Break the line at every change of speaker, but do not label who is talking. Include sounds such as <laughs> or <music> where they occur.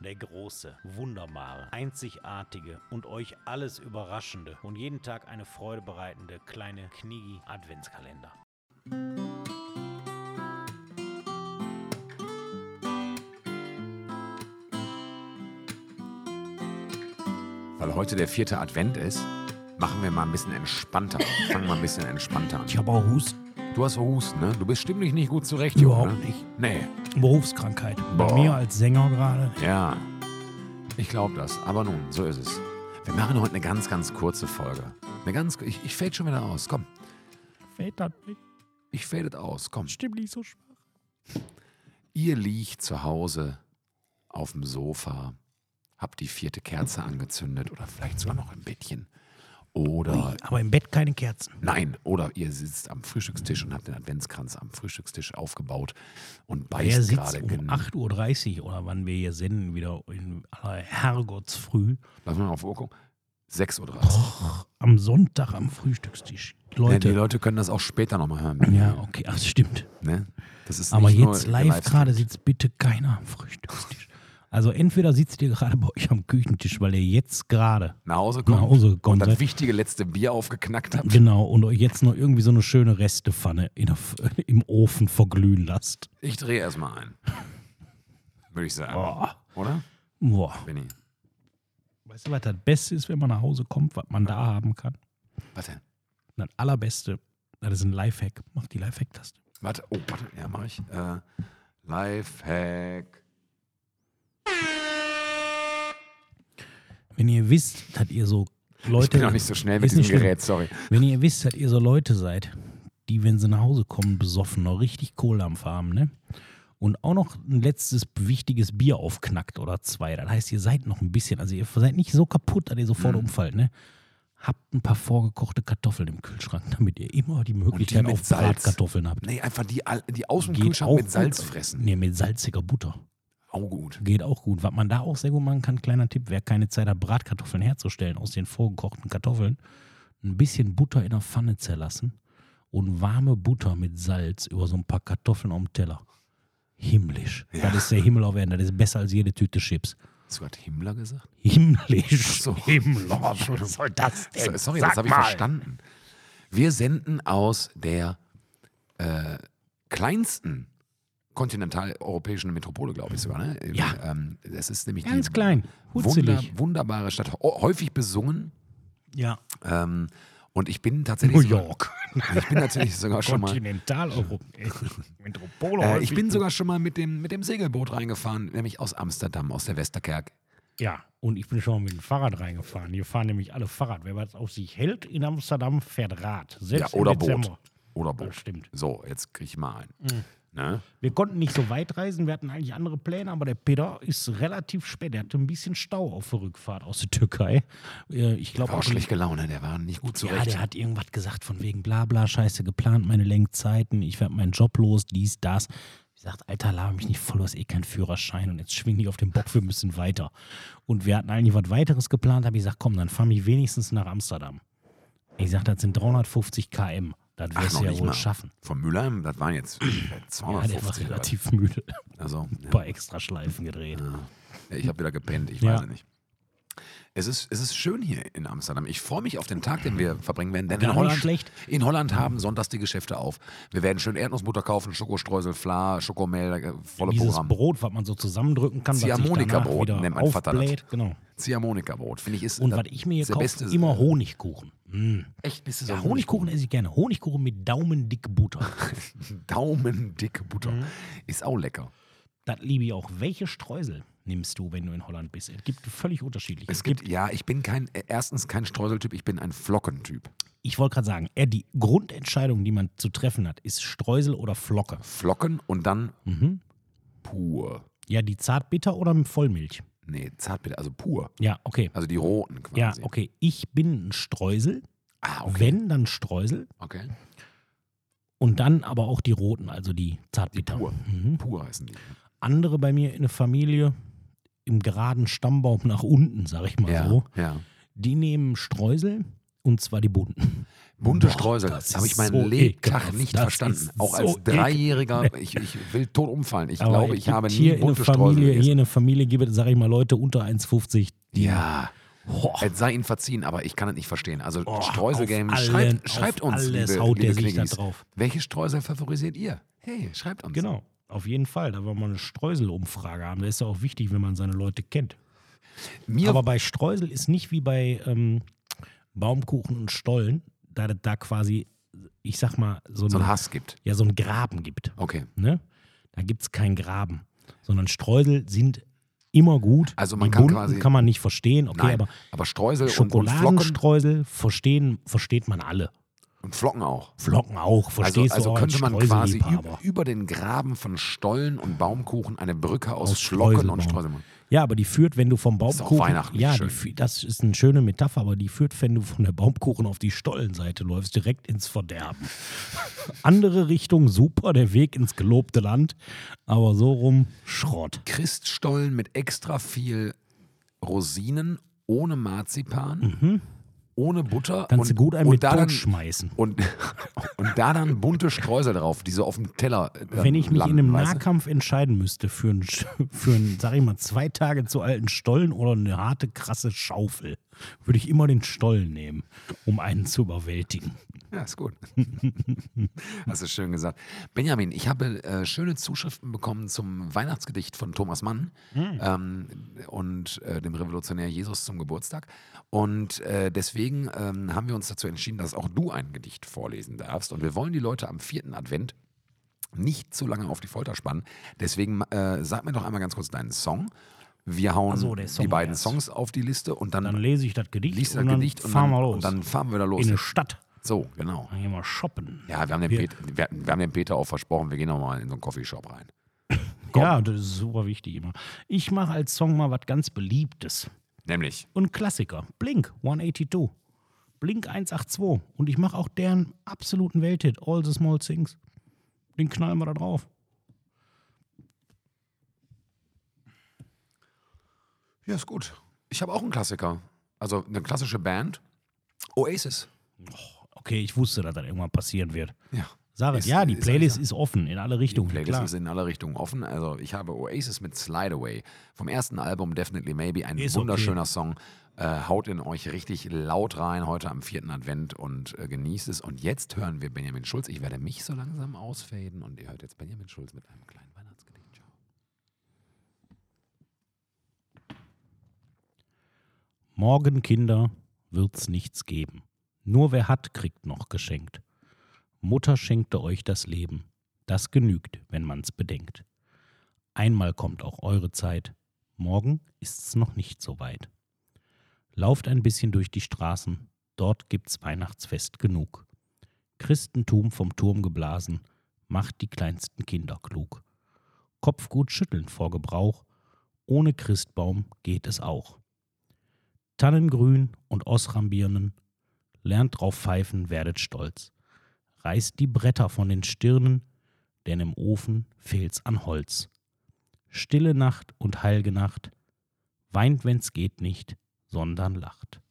der große, wunderbare, einzigartige und euch alles überraschende und jeden Tag eine Freude bereitende kleine Knigi Adventskalender.
Weil heute der vierte Advent ist, machen wir mal ein bisschen entspannter. Fangen wir ein bisschen entspannter an.
Ich habe auch Husten.
Du hast Husten, ne? Du bist stimmlich nicht gut zurecht, Junge,
Überhaupt
ne?
nicht.
Nee.
Berufskrankheit.
Boah.
Bei mir als Sänger gerade.
Ja, ich glaube das. Aber nun, so ist es. Wir machen heute eine ganz, ganz kurze Folge. Eine ganz, ich, ich fade schon wieder aus. Komm,
Fällt das nicht.
ich fadet aus. Komm.
Stimmlich so schwach.
Ihr liegt zu Hause auf dem Sofa, habt die vierte Kerze angezündet oder vielleicht sogar noch im Bettchen. Oder
Aber im Bett keine Kerzen.
nein, oder ihr sitzt am Frühstückstisch und habt den Adventskranz am Frühstückstisch aufgebaut und
Er
beißt
sitzt
gerade genau.
um
gen-
8.30 Uhr oder wann wir hier senden, wieder in aller Herrgottsfrüh.
Lass mal auf Uhr gucken. 6.30 Uhr.
Am Sonntag am Frühstückstisch.
Ja, die
Leute.
Leute können das auch später nochmal hören.
Oh, Ja, okay, ach, stimmt.
Ne? Das ist
Aber
nicht nur
jetzt
der
live
Livestream.
gerade sitzt bitte keiner am Frühstückstisch. Also entweder sitzt ihr gerade bei euch am Küchentisch, weil ihr jetzt gerade
nach Hause kommt
nach Hause gekommen ne?
und das
seid.
wichtige letzte Bier aufgeknackt habt.
Genau, und euch jetzt noch irgendwie so eine schöne Restepfanne in der, F- im Ofen verglühen lasst.
Ich drehe erstmal ein. Würde ich sagen.
Boah.
Oder?
Boah.
Benni.
Weißt du, was das Beste ist, wenn man nach Hause kommt, was man da haben kann?
Warte.
Das Allerbeste, das ist ein Lifehack. Mach die Lifehack-Taste.
Warte. Oh, warte. Ja, mach ich. Äh, Lifehack.
Wenn ihr wisst, dass ihr so
Ich bin
Leute,
noch nicht so schnell mit
ist nicht
diesem
schlimm.
Gerät, sorry.
wenn ihr wisst, dass ihr so Leute seid, die, wenn sie nach Hause kommen, besoffen, noch richtig Kohldampf haben, ne? Und auch noch ein letztes wichtiges Bier aufknackt oder zwei. Das heißt, ihr seid noch ein bisschen, also ihr seid nicht so kaputt, dass ihr
Mhm.
sofort umfallt, ne? Habt ein paar vorgekochte Kartoffeln im Kühlschrank, <laughs> damit ihr immer die Möglichkeit
mit
auf
Salz.
Bratkartoffeln habt.
Nee, einfach die, al- die aus dem
Geht
Kühlschrank
auch
mit Salz
gut.
fressen.
Nee, mit salziger Butter.
Auch gut.
Geht auch gut. Was man da auch sehr gut machen kann, kleiner Tipp, wer keine Zeit hat, Bratkartoffeln herzustellen aus den vorgekochten Kartoffeln, ein bisschen Butter in der Pfanne zerlassen und warme Butter mit Salz über so ein paar Kartoffeln auf dem Teller. Himmlisch. Das ist der Himmel auf Erden. Das ist besser als jede Tüte Chips.
Hast du gerade Himmler gesagt?
Himmlisch.
so.
Himmler. <laughs> Was soll das
So,
denn?
sorry,
Sag
das habe ich
mal.
verstanden. Wir senden aus der äh, kleinsten kontinentaleuropäischen Metropole, glaube ich sogar. Ne?
Ja.
Ähm, das ist nämlich
Ganz
die
klein.
Wunder,
Hutzelig.
wunderbare Stadt. Ho- Häufig besungen.
Ja.
Ähm, und ich bin tatsächlich.
New
sogar-
York.
<laughs> Ich bin tatsächlich sogar schon mal. <laughs>
Kontinentaleuropa. Äh, Metropole.
Äh,
häufig.
ich bin sogar schon mal mit dem, mit dem Segelboot reingefahren, nämlich aus Amsterdam, aus der Westerkerk.
Ja, und ich bin schon mal mit dem Fahrrad reingefahren. Hier fahren nämlich alle Fahrrad. Wer was auf sich hält in Amsterdam, fährt Rad. Selbst
ja, oder
im Dezember.
Boot. Oder
Das
Boot.
stimmt.
So, jetzt kriege ich mal einen.
Mhm.
Ne?
Wir konnten nicht so weit reisen, wir hatten eigentlich andere Pläne, aber der Peter ist relativ spät. Er hatte ein bisschen Stau auf der Rückfahrt aus der Türkei. Äh, Ich glaube
War auch schlecht gelaunt, ne? der war nicht gut
Ja,
zurecht.
der hat irgendwas gesagt von wegen Blabla, scheiße geplant, meine Lenkzeiten, ich werde meinen Job los, dies, das. Ich sagte, Alter, laber mich nicht voll, du hast eh keinen Führerschein und jetzt schwing ich auf den Bock, wir müssen weiter. Und wir hatten eigentlich was weiteres geplant, habe ich gesagt, komm, dann fahr mich wenigstens nach Amsterdam. Ich sagte, das sind 350 km, das wirst du ja wohl schaffen.
Von Mülheim, das waren jetzt <clears throat>
Ja, der war
250. oder was.
relativ müde,
also,
ein
ja.
paar Extraschleifen gedreht.
Ja, Ich habe wieder gepennt, ich
Ja.
weiß es nicht. Es ist, es ist schön hier in Amsterdam. Ich freue mich auf den Tag, den wir verbringen werden. Denn
Ja,
in,
Holland
Holland,
schlecht.
in Holland haben sonntags die Geschäfte auf. Wir werden schön Erdnussbutter kaufen, Schokostreusel, Fla, Schokomel, äh, volle
Dieses
Programm.
Brot, was man so zusammendrücken kann, was sich danach
Ziehharmonika-Brot
wieder
nennt mein Vater das.
aufbläht. Genau.
Ziehharmonika-Brot, finde ich, ist
Und
das-
was ich mir hier
ist der
kaufe,
beste- äh,
immer Honigkuchen. Mm.
Echt, bist du so
Ja, Honigkuchen esse ich gerne. Honigkuchen mit daumendick Butter.
Daumendicke Butter.
Mhm.
Ist auch lecker.
das liebe ich auch. Welche Streusel nimmst du, wenn du in Holland bist? Es gibt völlig unterschiedliche.
Es gibt, ja, ich bin kein, äh, erstens kein Streuseltyp, ich bin ein Flockentyp.
ich wollte gerade sagen, äh, die Grundentscheidung, die man zu treffen hat, ist Streusel oder Flocke.
Flocken und dann
Mhm.
pur.
Ja, die zartbitter oder mit Vollmilch?
Nee, Zartbitter, also pur.
Ja, okay.
Also die roten quasi.
Ja, okay. Ich bin ein Streusel.
Ah, okay.
Wenn, dann Streusel.
okay.
Und dann aber auch die roten, also die zartbitter.
Pur.
Mhm.
Pur heißen die.
Andere bei mir in der Familie im geraden Stammbaum nach unten, sag ich mal so.
ja.
Die nehmen Streusel und zwar die bunten.
Bunte
Boah,
Streusel.
das
Habe
ist
ich meinen
so
Lebtag
ekelhaft.
nicht
Das
verstanden.
ist
Auch
so
als Dreijähriger,
<laughs>
ich, ich will tot umfallen. Ich
Aber
glaube,
es
ich habe
gibt
nie
hier in
bunte
der
Streusel
Familie,
gegessen.
Hier in der Familie gibt es, sage ich mal, Leute unter 1,50. die-
Ja.
Boah.
Es sei ihnen verziehen, aber ich kann es nicht verstehen. Also
Oh,
Streuselgame,
auf allen-
schreibt,
auf
schreibt uns,
alles
liebe,
haut der
liebe
sich da
Kniggis.
drauf.
Welche Streusel favorisiert ihr? Hey, schreibt uns.
Genau, auf jeden Fall. Da wollen wir eine Streuselumfrage haben. Das ist ja auch wichtig, wenn man seine Leute kennt.
Mir,
Aber bei Streusel ist nicht wie bei ähm, Baumkuchen und Stollen, da das da quasi, ich sag mal, so,
so
eine-
einen Hass gibt.
ja, so einen Graben gibt.
Okay.
Ne? Da gibt es keinen Graben, sondern Streusel sind immer gut.
Also man
Die
kann
bunten
quasi-
kann man nicht verstehen, okay,
Nein,
aber
aber, Streusel und, und, Flocken,
Schokoladenstreusel verstehen, versteht man alle.
und Flocken auch.
Flocken auch,
Also,
verstehst
also
du auch als
könnte man quasi
Streuselliebhaber.
über, über den Graben von Stollen und Baumkuchen eine Brücke aus,
Aus
Flocken und
Streusel
Streusel
bauen.
machen.
Ja, aber die führt, wenn du vom
ist auch
Baumkuchen.
Weihnachten
ja,
schön.
die führt- das ist eine schöne Metapher, aber die führt, wenn du von der Baumkuchen auf die Stollenseite läufst, direkt ins Verderben. <laughs> Andere Richtung, super, der Weg ins gelobte Land, aber so rum Schrott.
Christstollen mit extra viel Rosinen, ohne Marzipan, ohne Butter
Mhm. Kannst
und,
du gut einen
und
mit
da
Tod
dann
schmeißen.
Und, <laughs> und da dann bunte Streusel drauf, die so auf dem Teller äh, dann
Wenn ich mich
landen,
in einem
weißt du?
Nahkampf entscheiden müsste für einen, <laughs> für einen, sag ich mal, zwei Tage zu alten Stollen oder eine harte, krasse Schaufel, würde ich immer den Stollen nehmen, um einen zu überwältigen.
Ja, ist gut. <laughs> Hast du schön gesagt. Benjamin, ich habe äh, schöne Zuschriften bekommen zum Weihnachtsgedicht von Thomas Mann
Hm.
ähm, und äh, dem Revolutionär Jesus zum Geburtstag. Und äh, deswegen ähm, haben wir uns dazu entschieden, dass auch du ein Gedicht vorlesen darfst. Und wir wollen die Leute am vierten Advent nicht zu lange auf die Folter spannen. Deswegen äh, sag mir doch einmal ganz kurz deinen Song. Wir hauen
Ach so, der Song
die beiden
erst.
Songs auf die Liste und dann,
Dann lese ich das Gedicht
liest du
und
das
dann
Gedicht und
fahren
dann,
wir los.
und dann fahren wir da los.
in eine Stadt.
So, genau.
Dann gehen wir shoppen.
Ja, wir haben, den
Wir-
Peter, wir, hatten- wir haben dem Peter auch versprochen, wir gehen nochmal in so einen Coffeeshop rein.
Ja, das ist super wichtig immer. Ich mache als Song mal was ganz Beliebtes.
Nämlich,
Und ein Klassiker. Blink 182. Blink 182. Und ich mache auch deren absoluten Welthit, All the Small Things. Den knallen wir da drauf.
ja, ist gut. Ich habe auch einen Klassiker. Also eine klassische Band. Oasis.
Okay, ich wusste, dass das irgendwann passieren wird.
Ja.
Sag es,
Ist-
ja, die
ist
Playlist
einfach-
ist offen in alle
Die
Richtungen.
Playlist
klar.
ist in alle Richtungen offen. Also ich habe Oasis mit Slide Away vom ersten Album Definitely Maybe. Ein
Ist okay.
wunderschöner Song. Äh, haut in euch richtig laut rein heute am vierten Advent und äh, genießt es. Und jetzt hören wir Benjamin Schulz. Ich werde mich so langsam ausfaden und ihr hört jetzt Benjamin Schulz mit einem kleinen Weihnachtsgedicht. Ciao.
Morgen, Kinder, wird's nichts geben. Nur wer hat, kriegt noch geschenkt. Mutter schenkte euch das Leben. Das genügt, wenn man's bedenkt. Einmal kommt auch eure Zeit. Morgen ist's noch nicht so weit. Lauft ein bisschen durch die Straßen. Dort gibt's Weihnachtsfest genug. Christentum vom Turm geblasen macht die kleinsten Kinder klug. Kopfgut schütteln vor Gebrauch. Ohne Christbaum geht es auch. Tannengrün und Osrambirnen, lernt drauf pfeifen, werdet stolz. Reißt die Bretter von den Stirnen, denn im Ofen fehlt's an Holz. Stille Nacht und heilge Nacht, weint, wenn's geht nicht, sondern lacht.